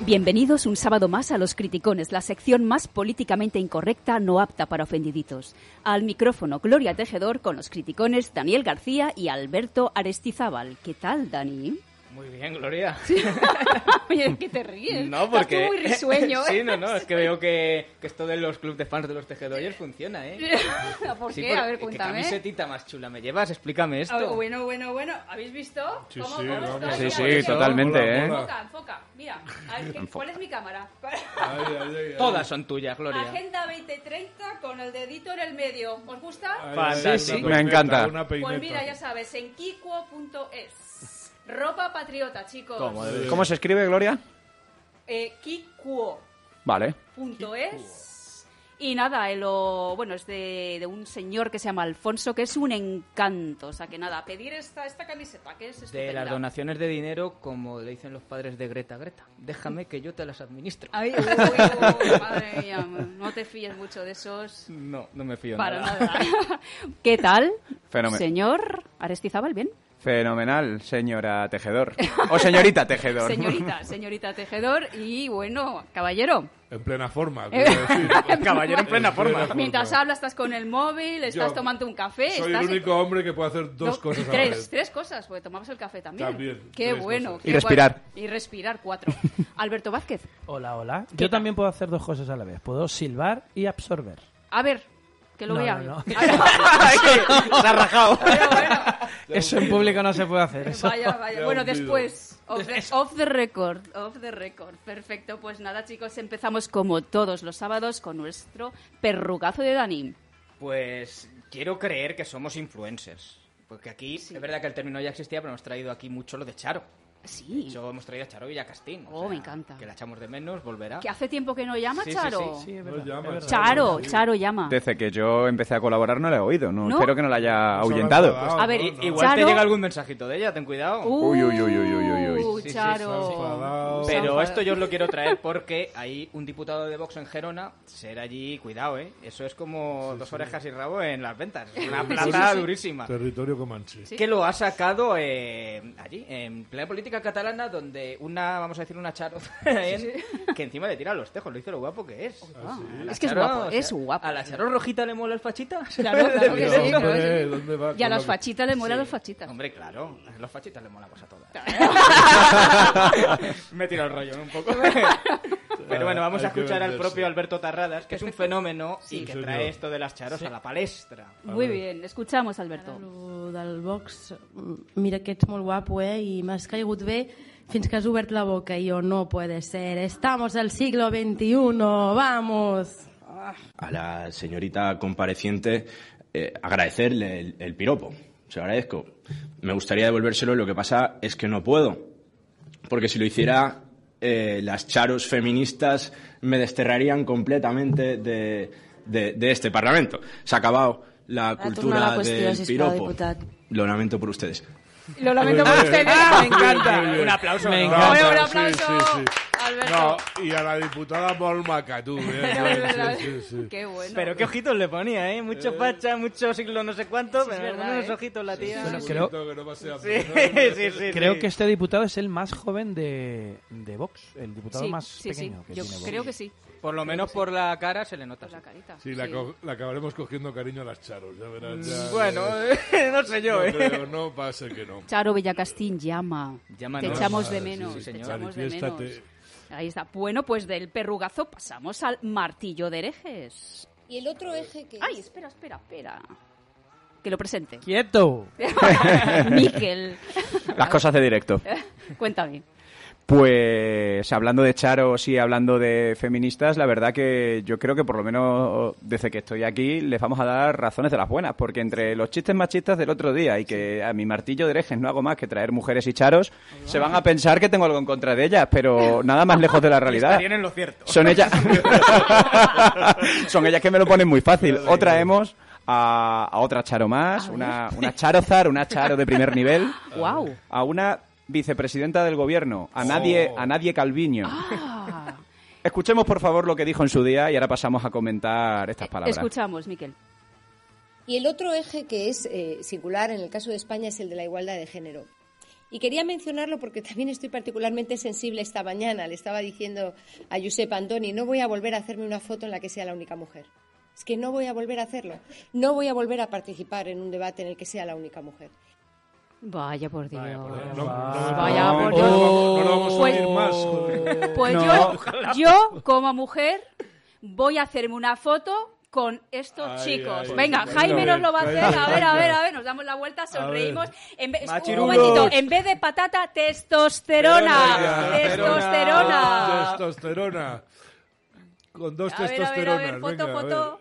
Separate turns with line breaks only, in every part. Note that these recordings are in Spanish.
Bienvenidos un sábado más a Los Criticones, la sección más políticamente incorrecta, no apta para ofendiditos. Al micrófono Gloria Tejedor con los criticones Daniel García y Alberto Arestizábal. ¿Qué tal, Dani?
Muy bien, Gloria.
Oye, es que te ríes.
No, porque...
Estás tú muy risueño. ¿eh?
sí, no, no, es que veo que, que esto de los clubes de fans de los tejedores funciona, ¿eh?
¿Por
Sí,
qué?
por-
A ver,
¿Qué
cuéntame.
camisetita más chula me llevas? Explícame esto.
A ver, bueno, bueno, bueno. ¿Habéis visto?
Sí,
¿Cómo-
sí,
cómo
vamos.
estoy?
Sí,
Mira,
sí,
mira, mira.
totalmente,
Hola,
¿eh?
hola.
Enfoca, enfoca. Mira, a ver, ¿qué- ¿cuál es mi cámara?
Ay, ay, ay, ay.
Todas son tuyas, Gloria.
Agenda 2030 con el dedito en el medio. ¿Os gusta?
Ay,
Fantástico.
ay,
Sí, sí.
una
Me encanta.
Una Ah, peineta.
Pues mira, ya sabes, en kikuo.es. Ropa patriota, chicos.
¿Cómo debe
¿Cómo se escribe, Gloria?
Eh, kikuo.es.
Vale.
Y nada, eh, lo, bueno, es de, de un señor que se llama Alfonso, que es un encanto. O sea, que nada, pedir esta, esta camiseta, que es
De
estupenda.
las donaciones de dinero, como le dicen los padres de Greta, Greta, déjame que yo te las administro.
Ay, uy, uy, madre mía, no te fíes mucho de esos.
No, no me fío
Para
nada.
nada. ¿Qué tal?
Fenomen-
Señor Arestizábal, ¿bien?
Fenomenal, señora Tejedor. O señorita Tejedor.
Señorita, señorita Tejedor y bueno, caballero.
En plena forma.
Eh,
quiero decir.
Caballero en plena forma.
Mientras hablas estás con el móvil, estás
Yo
tomando un café,
Soy
estás
el único hombre que puede hacer dos
No,
cosas a la
tres,
vez.
tres cosas, porque tomabas el café también.
También,
Qué
tres
bueno.
cosas.
qué
Y respirar.
guay. Y respirar, cuatro. Alberto Vázquez,
Hola, hola.
¿Qué
Yo
tal?
también puedo hacer dos cosas a la vez. Puedo silbar y absorber.
a ver, que lo
No,
vea.
no, no.
Se ha rajado.
Pero bueno,
Eso en público no se puede hacer. Eso.
vaya, vaya.
Te
Bueno,
ha hundido.
después, oh, off the, off the record, off the record. Perfecto, pues nada, chicos, empezamos como todos los sábados con nuestro perrugazo de Dani.
Pues quiero creer que somos influencers. Porque aquí,
Sí.
es verdad que el término ya existía, pero hemos traído aquí mucho lo de Charo.
Sí,
Yo hemos traído a Charo Villacastín.
Oh, me encanta.
Que la echamos de menos, volverá.
que hace tiempo que no llama,
Sí, sí,
Charo.
Sí, es
No ¿eh?
verdad,
llama,
es verdad.
Charo, Charo llama.
Desde que yo empecé a colaborar no la he oído. No,
¿No?
Espero que no la haya
Eso
ahuyentado.
lo ha enfadado,
A ver,
¿no?
I-
No.
igual
Charo-
te llega algún mensajito de ella, ten cuidado.
Uy, uy, uy, uy, uy, uy,
Uh,
uy.
Sí, sí,
se ha
Charo.
enfadado.
Pero esto yo os lo quiero traer porque hay un diputado de Vox en Gerona, ser allí, cuidado, ¿eh? Eso es como dos orejas y rabo en las ventas. Es una plata durísima.
Territorio Comanche.
Sí.
Que lo ha sacado eh, allí, en plena política catalana, donde una, vamos a decir, una Charo, que encima le tira los tejos, lo hizo lo guapo que es.
Ah,
A la
Es que es
Charo,
guapo,
o sea,
es guapo.
¿A la Charo Rojita le mola el fachita?
Claro, claro que
Pero,
sí, claro
hombre,
que sí.
¿dónde va
Y a
con
los
la-
fachitas le mola a los
Sí.
fachitas.
Hombre, claro, a los fachitas le molamos a todas. Me he tirado el rollo un poco. Pero bueno, vamos a
Hay que
escuchar al
venderse.
propio Alberto Tarradas, que es un fenómeno y que
señor.
trae esto de las charos a la palestra.
Muy bien, escuchamos, Alberto.
Lo del box, mm, mira que ets molt guapo, eh? I m'has caigut bé fins que has obert la boca. I jo, no puede ser, estamos al siglo XXI, vamos.
a la señorita compareciente eh, agradecerle el, el piropo. Se lo agradezco. Me gustaría devolvérselo, lo que pasa es que no puedo. Porque si lo hiciera, eh, las charos feministas me desterrarían completamente de, de- de este Parlamento. Se ha acabado la
torna
cultura
la qüestió,
del
sisplau,
piropo.
diputat.
Lo lamento por ustedes.
Lo lamento por ustedes.
Me encanta. Un aplauso.
Me
¿no?
encanta.
Hombre, un
Sí,
aplauso,
sí, sí.
Alberto.
No, y a la diputada Paul Macatú. bien,
Pero
bien,
es verdad.
sí, sí, sí.
Qué bueno.
Pero qué ojitos le ponía, ¿eh? Mucho facha, mucho siglo no sé cuánto,
Sí, es
pero
verdad,
unos
¿eh?
ojitos la tía.
Bueno,
Un
creo-
poquito que no pase a-
Sí, sí, sí,
Creo
sí.
que este diputado es el más joven de, de Vox, el diputado
Sí,
más
sí, sí.
pequeño que
Yo
tiene Vox.
creo que sí.
Por lo menos por la cara se le nota.
Por la carita.
Sí, la, co- la acabaremos cogiendo cariño a las charos. Ya verás.
Mm.
ya-
Bueno, no sé yo,
no,
¿eh?
creo, no va a ser que no.
Charo Villacastín llama.
Llámanos.
Te echamos de
Sí,
menos.
sí,
Te
señor.
echamos de menos.
Manifiéstate.
Ahí está. Bueno, pues del perrugazo pasamos al martillo de herejes.
¿Y el otro eje que
Ay, espera, espera, espera. Que lo presente.
¡Quieto!
Miquel.
Las cosas de directo.
Cuéntame.
Pues hablando de charos y hablando de feministas, la verdad que yo creo que por lo menos desde que estoy aquí les vamos a dar razones de las buenas, porque entre los chistes machistas del otro día y que a mi martillo de herejes no hago más que traer mujeres y charos, se van a pensar que tengo algo en contra de ellas, pero nada más lejos de la realidad.
Estarían en lo cierto.
Son ellas. Son ellas que me lo ponen muy fácil. O traemos a, a otra Charo más, una, una Charozar, una Charo de primer nivel,
Wow.
a una vicepresidenta del gobierno, a nadie, a nadie Calviño. Escuchemos por favor lo que dijo en su día y ahora pasamos a comentar estas palabras.
Escuchamos, Miquel.
Y el otro eje que es eh, singular en el caso de España es el de la igualdad de género. Y quería mencionarlo porque también estoy particularmente sensible esta mañana. Le estaba diciendo a Giuseppe Antoni, no voy a volver a hacerme una foto en la que sea la única mujer. Es que no voy a volver a hacerlo. No voy a volver a participar en un debate en el que sea la única mujer.
Vaya por Dios. Vaya por Dios.
No, no,
Vaya
no,
por
Oh.
no,
Dios.
Ah. no, no, no vamos a
Pues-
oír más. joder.
Pues
No.
yo, yo, como mujer, voy a hacerme una foto con estos
Ay,
chicos.
ay,
Venga,
ay,
Jaime
ay,
nos lo va a
ay,
hacer.
ay,
A ver, a
ay.
ver, a ver. Nos damos la vuelta, sonreímos. En vez, un
Machirulos.
momentito. En vez de patata, testosterona.
Testosterona.
Testosterona.
Testosterona. Con dos
A ver, a ver, a ver.
testosteronas.
Foto,
venga, a
foto.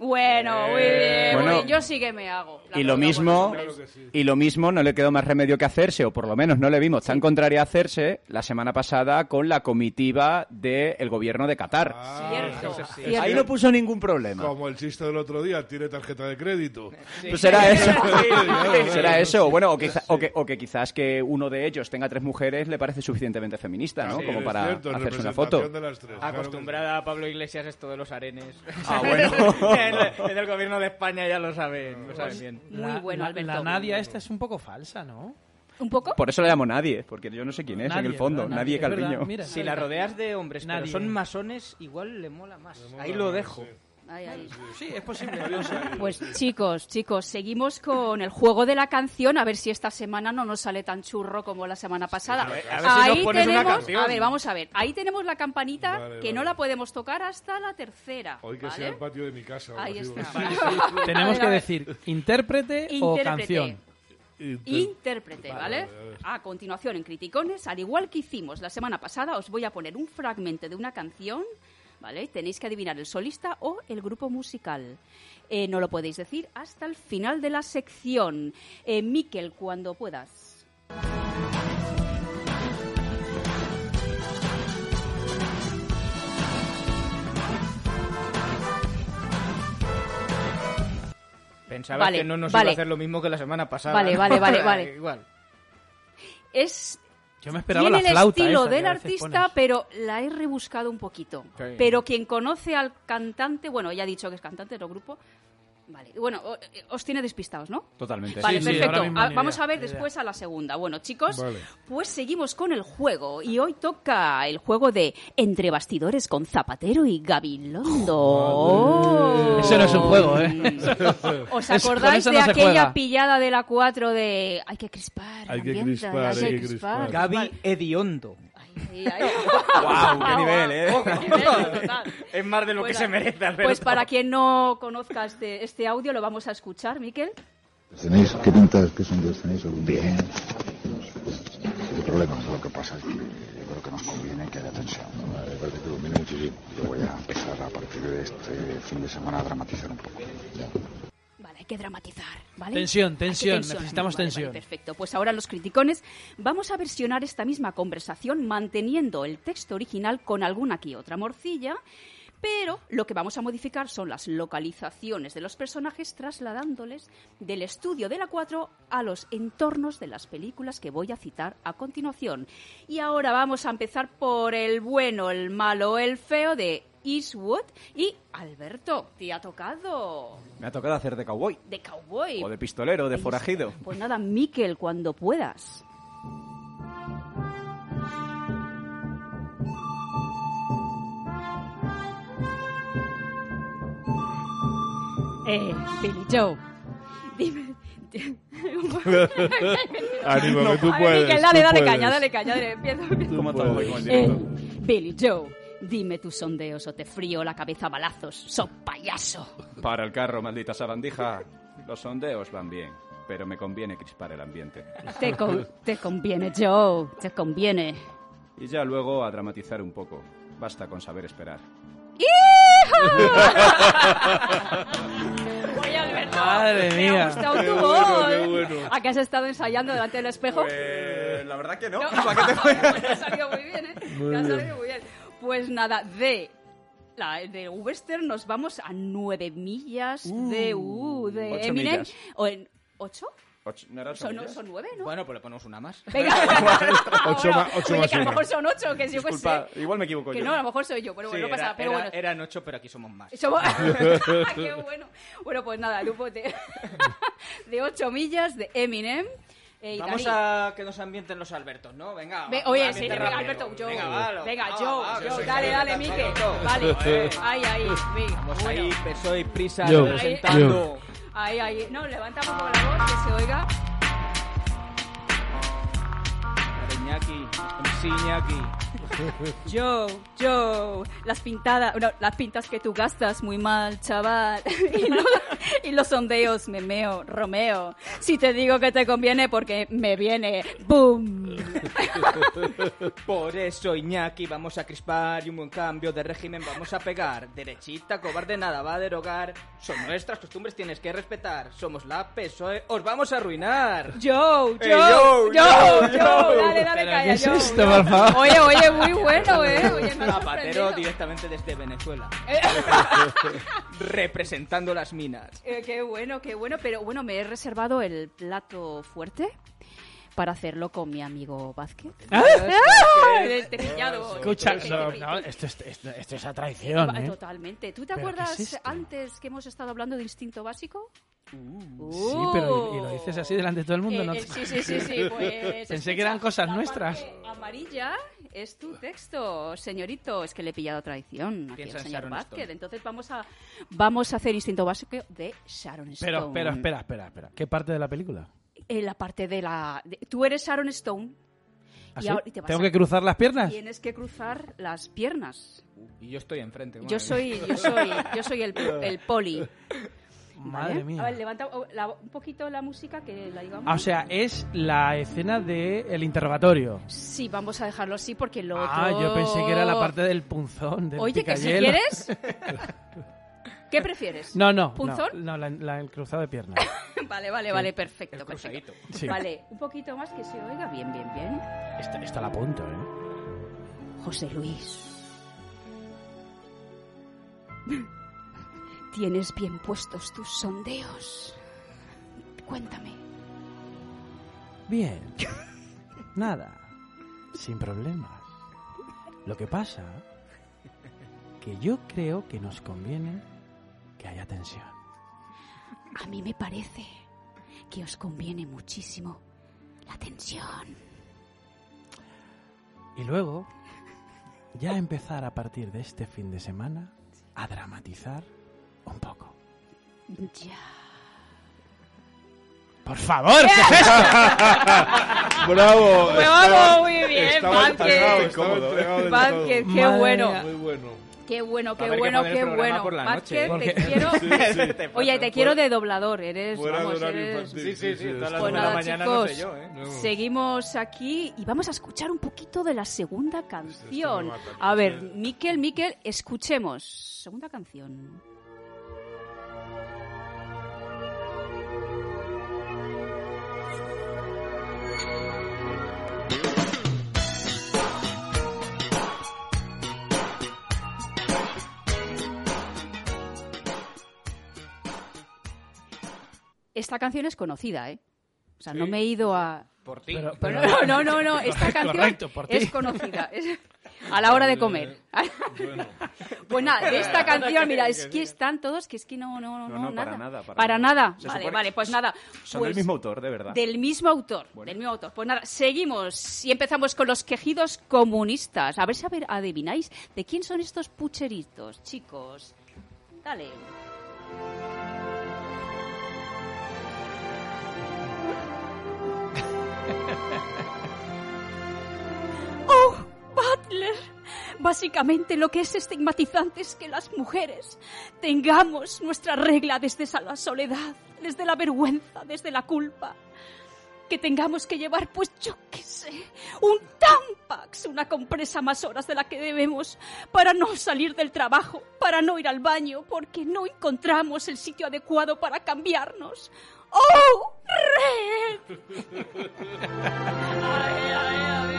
Bueno, muy bien, muy
Bueno,
bien. Yo sí que me hago. la
Y lo
foto con
mismo,
los hombres.
y lo mismo no le quedó más remedio que hacerse, o por lo menos no le vimos tan contraria a hacerse la semana pasada con la comitiva del gobierno de Qatar.
Ah.
Cierto,
eso sí.
cierto.
Ahí no puso ningún problema.
Como el chiste del otro día, tiene tarjeta de crédito.
Pues será eso.
Sí.
será eso. O Bueno, o, quizá- o que, o que quizás que uno de ellos tenga tres mujeres le parece suficientemente feminista, ¿no?
Sí,
Como
Es
para
cierto, en
hacerse una
representación
foto.
de las tres, claro que sí.
Acostumbrada a Pablo Iglesias esto de los arenes.
Ah, bueno.
en, el- en el gobierno de España ya lo saben, lo saben bien.
Muy
La-
bueno,
la-
Alberto.
La Nadia esta es un poco falsa, ¿no?
¿Un poco?
Por eso le llamo nadie, porque yo no sé quién es en
Nadie,
el fondo.
¿verdad?
Nadie,
Es verdad,
Calviño.
mira.
Si la rodeas de hombres pero
Nadie.
son masones, igual le mola más. Ahí lo dejo.
Ay, ay.
Sí, es posible. no sé.
Pues chicos, chicos, seguimos con el juego de la canción, a ver si esta semana no nos sale tan churro como la semana pasada.
a ver- a ver si nos pones una
tenemos,
canción.
a ver, vamos a ver, ahí tenemos la campanita
Vale,
que no
vale.
la podemos tocar hasta la tercera.
Hoy que
¿vale?
sea el patio de mi casa. o
Ahí
algo así,
está.
bueno.
Tenemos
A ver,
que
a ver.
decir intérprete, o
Intérprete.
canción.
Inter-
Intérprete,
Vale,
¿vale?
vale, vale.
A continuación, en Criticones, al igual que hicimos la semana pasada, os voy a poner un fragmento de una canción, ¿vale? Tenéis que adivinar el solista o el grupo musical. Eh, no lo podéis decir hasta el final de la sección. Eh, Miquel, cuando puedas.
Pensaba
Vale,
que no nos iba
vale.
a hacer lo mismo que la semana pasada.
Vale, vale, vale,
Ah,
vale.
Igual.
Es
Yo me esperaba
Tiene
la flauta.
el estilo
esa que
del
a veces
artista,
pones.
pero la he rebuscado un poquito.
Sí.
Pero quien conoce al cantante, bueno, ya ha dicho que es cantante del grupo. Vale, bueno, o- eh, os tiene despistados, ¿no?
Totalmente.
Vale,
sí,
perfecto.
ahora mismo
A-
ni idea,
vamos a ver
ni idea.
después a la segunda. Bueno, chicos,
Vale.
pues seguimos con el juego. Y hoy toca el juego de Entre Bastidores con Zapatero y Gabilondo. Oh.
Eso no es un juego, ¿eh?
Mm. ¿Os
Eso- con
acordáis
eso
de
no se
aquella
juega.
pillada de la 4 de hay que crispar? el
Hay que
ambiente,
crispar,
hay que crispar?
Gaby Ediondo.
Ay, ay.
Guau, qué nivel, ¿eh?
Guau, qué nivel, total.
Es más de lo que
Pues,
se merece, Alberto.
Pues para quien no conozca este, este audio, lo vamos a escuchar, Miquel.
¿Los tenéis? ¿Qué pintas que son de los tenéis? Bien. El problema es lo que pasa es que yo creo que nos conviene que haya tensión. Me parece que conviene muchísimo. Yo voy a empezar a partir de este fin de semana a dramatizar un poco.
Vale, hay que dramatizar, ¿vale?
Tensión,
Hay que
tensión,
tensionar.
necesitamos
Vale,
tensión.
vale, perfecto, pues ahora los criticones vamos a versionar esta misma conversación manteniendo el texto original con alguna que otra morcilla, pero lo que vamos a modificar son las localizaciones de los personajes trasladándoles del estudio de la 4 a los entornos de las películas que voy a citar a continuación. Y ahora vamos a empezar por el bueno, el malo, el feo de Eastwood y Alberto, te ha tocado
Me ha tocado hacer de cowboy.
de cowboy.
O de pistolero, de
Ahí
forajido.
está. Pues nada, Miquel, cuando puedas. Eh, Billy Joe. Dime.
Ánimo, que tú
A ver,
puedes.
Miquel, dale,
tú
dale
puedes.
caña, dale caña, dale, empieza, empieza.
¿Cómo
puedes.
estamos hoy con el
Eh,
director?
Billy Joe, dime tus sondeos o te frío la cabeza a balazos. ¡So payaso!
Para el carro, maldita sabandija. Los sondeos van bien, pero me conviene crispar el ambiente.
Te, con- te conviene, Joe, te conviene.
Y ya luego a dramatizar un poco. Basta con saber esperar.
Oye, Alberto,
Madre
me
mía.
ha gustado
Qué
tu
bueno,
voz.
qué bueno.
¿A qué has estado ensayando delante del
Oh.
espejo?
Pues, la verdad que
No, te ha salido muy bien, ¿eh? Te ha salido muy bien. Pues nada, de, la, de Western nos vamos a nueve millas de, uh, de
ocho
Eminem.
millas.
O en, ¿ocho?
¿No era
Son,
ocho
son nueve, ¿no?
Bueno, pues le ponemos una más.
Venga,
Ocho más- ocho
Oye,
más
que a lo
una.
mejor son ocho, que yo qué sé.
Disculpa, igual me equivoco
Que
yo.
no, a lo mejor soy yo, pero bueno,
Sí,
no pasa
era-
nada, pero
era-
bueno.
Eran ocho, pero aquí somos más.
Somos- Ah, ¡Qué bueno! Bueno, pues nada, grupo de, de 8 millas de Eminem. Eh, y
Vamos
David.
a que nos ambienten los Albertos, ¿no? Venga.
Ve-
va,
oye,
ambiente
sí, venga,
rápido.
Alberto, yo.
Venga, va, lo-
Venga,
va,
yo,
va,
yo,
que soy
dale,
Javier
dale,
Tanto,
Mique.
tanto.
Vale,
Joder.
ahí, ahí, venga,
Vamos
bueno.
ahí, peso y prisa,
Yo.
representando.
Ahí, ahí. No, levanta un poco la voz, que se oiga.
Iñaki, MC Iñaki.
Yo, yo, las pintadas, no, las pintas que tú gastas muy mal, chaval. y, lo- y los sondeos, me meo, Romeo. Si te digo que te conviene, porque me viene. ¡Boom!
Por eso, Iñaki, vamos a crispar y un buen cambio de régimen vamos a pegar. Derechita, cobarde, nada va a derogar. Son nuestras costumbres, tienes que respetar. Somos la PSOE, E, os vamos a arruinar.
Yo, yo,
Ey,
yo,
yo,
yo,
yo, yo.
dale, dale,
Pero,
calla,
¿qué es
yo,
esto,
yo.
por favor?
Oye, oye, muy bueno, eh. Oye, me has
Zapatero
sorprendido.
directamente desde Venezuela.
Eh.
Representando las minas.
Eh, qué bueno, qué bueno, pero bueno, me he reservado el plato fuerte para hacerlo con mi amigo Vázquez. ¡Ah! El trillado.
Escucha, eh,
El
no,
trillado.
no, esto, es- esto- esto es a traición,
Va,
¿eh?
Totalmente. ¿Tú te
¿Pero qué
acuerdas
es esto?
antes que hemos estado hablando de instinto básico?
Uh. Sí, pero y, y lo dices así delante de todo el mundo,
Eh,
¿no?
eh, sí, sí, sí, sí, pues,
Pensé que eran cosas
la
nuestras.
parte Amarilla es tu texto, señorito. Es que le he pillado traición aquí al
Piensa en
señor
Sharon
Vázquez.
Stone.
Entonces vamos a, vamos a hacer instinto básico de Sharon Stone.
Pero, pero, espera, espera, espera. ¿Qué parte de la película?
En la parte de la... de- tú eres Sharon Stone.
¿Ah,
Y
sí?
ahora- y te vas
¿Tengo
a-
que cruzar las piernas?
Tienes que cruzar las piernas.
Y yo estoy enfrente. madre
Yo
mía.
soy, yo soy, yo soy el, el poli. ¿vale?
Madre mía.
A ver, levanta oh, la- un poquito la música que la digamos.
Ah, o sea, es la escena del interrogatorio.
Sí, vamos a dejarlo así porque lo
Ah,
otro-
yo pensé que era la parte del punzón, del
Oye, que si
picayelo.
quieres... ¿Qué prefieres?
No, no.
¿Punzón?
No, no la, la- el cruzado de piernas.
Vale, vale, vale, perfecto,
El
perfecto.
cruzadito.
Sí.
Vale, un poquito más que se oiga bien, bien, bien.
Esta, esta la apunto, ¿eh?
José Luis. Tienes bien puestos tus sondeos. Cuéntame.
Bien. Nada. Sin problemas. Lo que pasa que yo creo que nos conviene que haya tensión.
A mí me parece que os conviene muchísimo la tensión.
Y luego, ya empezar a partir de este fin de semana a dramatizar un poco.
Ya.
¡Por favor!
¡Eh!
¿qué es esto?
¡Bravo!
Pues vamos muy bien,
estaba entregado,
Vázquez.
estaba entregado del
Vázquez, qué
Madre
bueno.
mía.
todo. Muy bueno.
Qué bueno, qué
haber que
bueno,
poner el
qué
programa
bueno.
por la
Vázquez,
noche,
te
¿eh? Porque-
quiero.
Te pasa.
Oye, te quiero de doblador. Eres,
Fuera de
Pues vamos,
horario
eres
Sí,
infantil.
sí, sí, todas
Pues
las dos de
nada,
la mañana no sé
chicos.
yo, ¿eh?
No.
Seguimos aquí y vamos a escuchar un poquito de la segunda
esto
canción.
me mata,
A ver,
tío.
Miquel, Miquel, escuchemos. Segunda canción. Esta canción es conocida, ¿eh? O sea, no me he ido a...
Por ti.
Pero-
Pero no, no, no, no, esta canción
Correcto, por ti.
es conocida. es- a la hora de comer.
Bueno,
Pues Eh, nada, de esta canción, mira, es que están todos, que es que no, no, no,
No, no,
nada.
para nada, para nada.
nada.
Se
Vale,
supone
vale,
que
pues nada.
Son
pues
del mismo autor, de verdad.
Del mismo autor, del mismo autor. Pues nada, seguimos y empezamos con los quejidos comunistas. A ver si a ver, adivináis de quién son estos pucheritos, chicos. Dale. ¡Oh, Butler! Básicamente lo que es estigmatizante es que las mujeres tengamos nuestra regla desde esa- la soledad, desde la vergüenza, desde la culpa. Que tengamos que llevar, pues yo qué sé, un tampax, una compresa más horas de la que debemos, para no salir del trabajo, para no ir al baño, porque no encontramos el sitio adecuado para cambiarnos. ¡Oh, Red! Ay, ay, ay.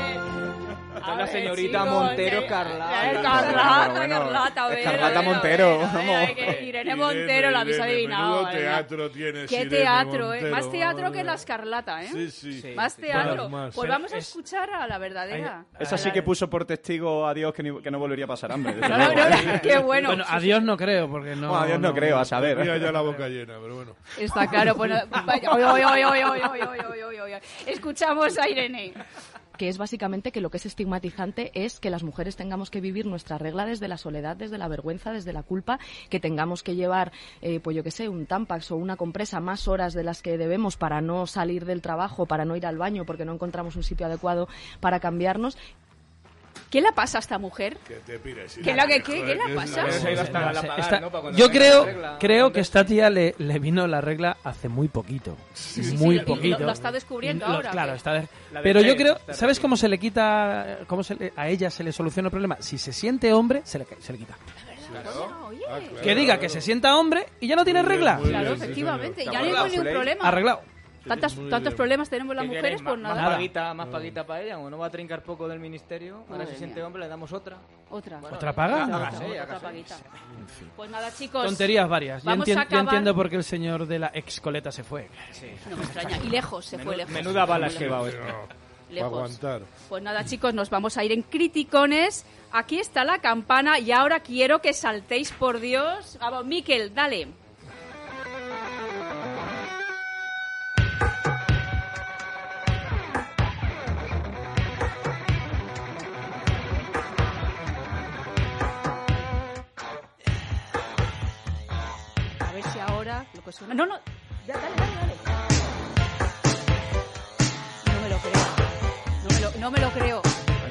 Está la señorita
eh,
Montero Carla.
Pero
Carlata,
bueno,
Carlata, a ver,
Carlata
a ver, a ver,
Montero,
a ver, a ver,
vamos.
que Irene
Irene,
Montero la habéis
Irene,
adivinado.
menudo
¿verdad?
teatro tienes,
Qué
Irene
teatro, ¿eh?
Montero,
Más teatro
madre
que ¿eh? la
mía.
escarlata, ¿eh?
Sí, sí.
Sí.
Más
sí,
teatro.
claro, más.
Pues vamos a
Es-
escuchar a la verdadera.
Esa sí que puso por testigo a Dios que, ni- que no volvería a pasar hambre. desde
No, no,
luego.
no, qué bueno.
Bueno, adiós no creo, porque no...
No, a Dios no creo, a saber. ¿eh?
Tenía ya la boca llena, pero bueno.
Está claro. Bueno, vaya, oy, oy, oy, oy, oy, oy, oy, oy, oy, oy. Escuchamos a Irene.
que es básicamente que lo que es estigmatizante es que las mujeres tengamos que vivir nuestra regla desde la soledad, desde la vergüenza, desde la culpa, que tengamos que llevar, eh, pues yo qué sé, un tampax o una compresa más horas de las que debemos para no salir del trabajo, para no ir al baño porque no encontramos un sitio adecuado para cambiarnos.
¿Qué la pasa a esta mujer?
Que te pires.
¿Qué la que- qué- qué la pasa?
pasado?
Sí, basta. Para la pagar,
Está-
¿no? Para cuando
yo
venga
creo,
la regla.
creo que esta tía le, le vino la regla hace muy poquito.
sí,
muy
lo- lo-
poquito.
lo está descubriendo
Lo-
ahora,
Claro,
¿o qué?
está de-
La de
Pero yo
Pérez
creo,
está
¿sabes
aquí.
cómo se le quita, cómo se le- a ella se le soluciona el problema? Si se siente hombre, se le, ca- se le quita.
Ah,
Ah,
que diga que se sienta hombre y ya no tiene
Muy bien,
regla.
muy bien.
Claro,
sí,
efectivamente.
señor.
Ya no hay ningún
Arreglado.
problema.
Arreglado.
Tantas-
Muy
tantos
bien.
problemas tenemos las
¿Qué
mujeres,
quieres?
pues
Ma-
nada.
Más paguita, más paguita para ella. Como no va a trincar poco del ministerio, ahora
Madre
se siente
mía.
hombre, le damos otra.
Otra.
¿Otra paga?
Otra,
No,
otra,
sí,
otra
hágase.
paguita. Pues nada, chicos.
Tonterías varias. Yo,
Vamos a
entien- yo
acabar-
entiendo por qué el señor de la ex coleta se fue.
No me extraña. Y lejos, se fue
Menu-
lejos.
menuda bala
Se
es
fue
que va
lejos.
hoy.
Para
Lejos.
aguantar.
Pues nada, chicos, nos vamos a ir en criticones. Aquí está la campana y ahora quiero que saltéis, por Dios. Vamos, Miquel, dale. A ver si ahora lo que suena. No, no, ya, dale, dale, dale. No me lo creo. No me lo, no me lo creo.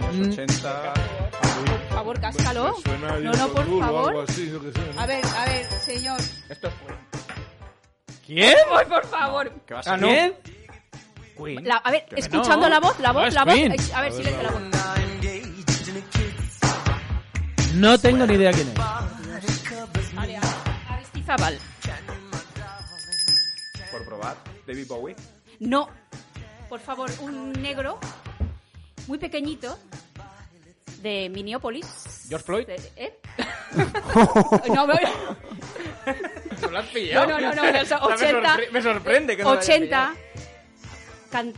Años 80.
Mm. Por favor, cáscalo.
Me suena ahí
No, no,
con
por
duro o algo
favor.
así, yo qué sé, ¿no?
A ver, a ver, señor.
Esto es Queen.
¿Quién?
Ay, por favor.
¿Qué va a ser?
Ah, no.
¿Quién?
Queen.
La- a ver,
Que
escuchando
no.
la voz, la
No,
voz,
es
la voz.
Queen.
eh, A ver, silencio la voz.
No tengo ni idea quién es.
Aristizábal.
Por probar. David Bowie.
No. Por favor, un negro muy pequeñito de Minneapolis.
George Floyd.
De- ¿Eh? no, me...
¿No lo has
no,
pillado?
no, no, no,
O
los
sea,
80.
Me, sorpre- me sorprende que no lo hayas
80. can-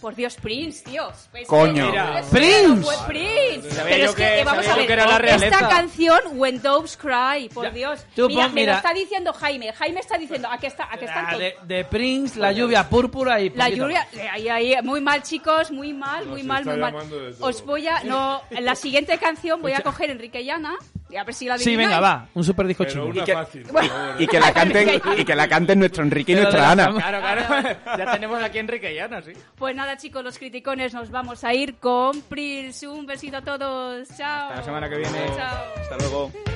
Por Dios, Pues Prince, tío. Es que-
Coño.
Mira.
Es que
Prince.
no fue pues Prince.
Sabía
Pero
yo
es que,
que-
eh, vamos
sabía
a
yo
ver.
que era la realeza.
esta canción, When Doves Cry, por Dios.
Tú
mira,
pon-
me
mira.
lo está diciendo Jaime. Jaime está diciendo, aquí está, aquí está.
Ah,
el
de, de Prince, la lluvia púrpura y...
La
poquito
lluvia, eh, ahí, ahí, muy mal chicos, muy mal,
No,
muy
se
mal,
está
muy mal.
llamando de todo.
Os voy a, no, en la siguiente canción voy a coger Enrique Llana y a ver si la
más. Sí, venga,
adivináis.
va. Un super disco
Pero
chulo.
una
que-
fácil. por
Bueno.
favor, ¿eh?
Y que la canten, y que la canten nuestro Enrique y nuestra Ana.
Claro, claro. ya tenemos aquí a Enrique Llana, sí.
Pues nada chicos, los criticones nos vamos a ir con Prince. Un besito a todos, chao.
Hasta la semana que viene.
Chao.
Hasta luego.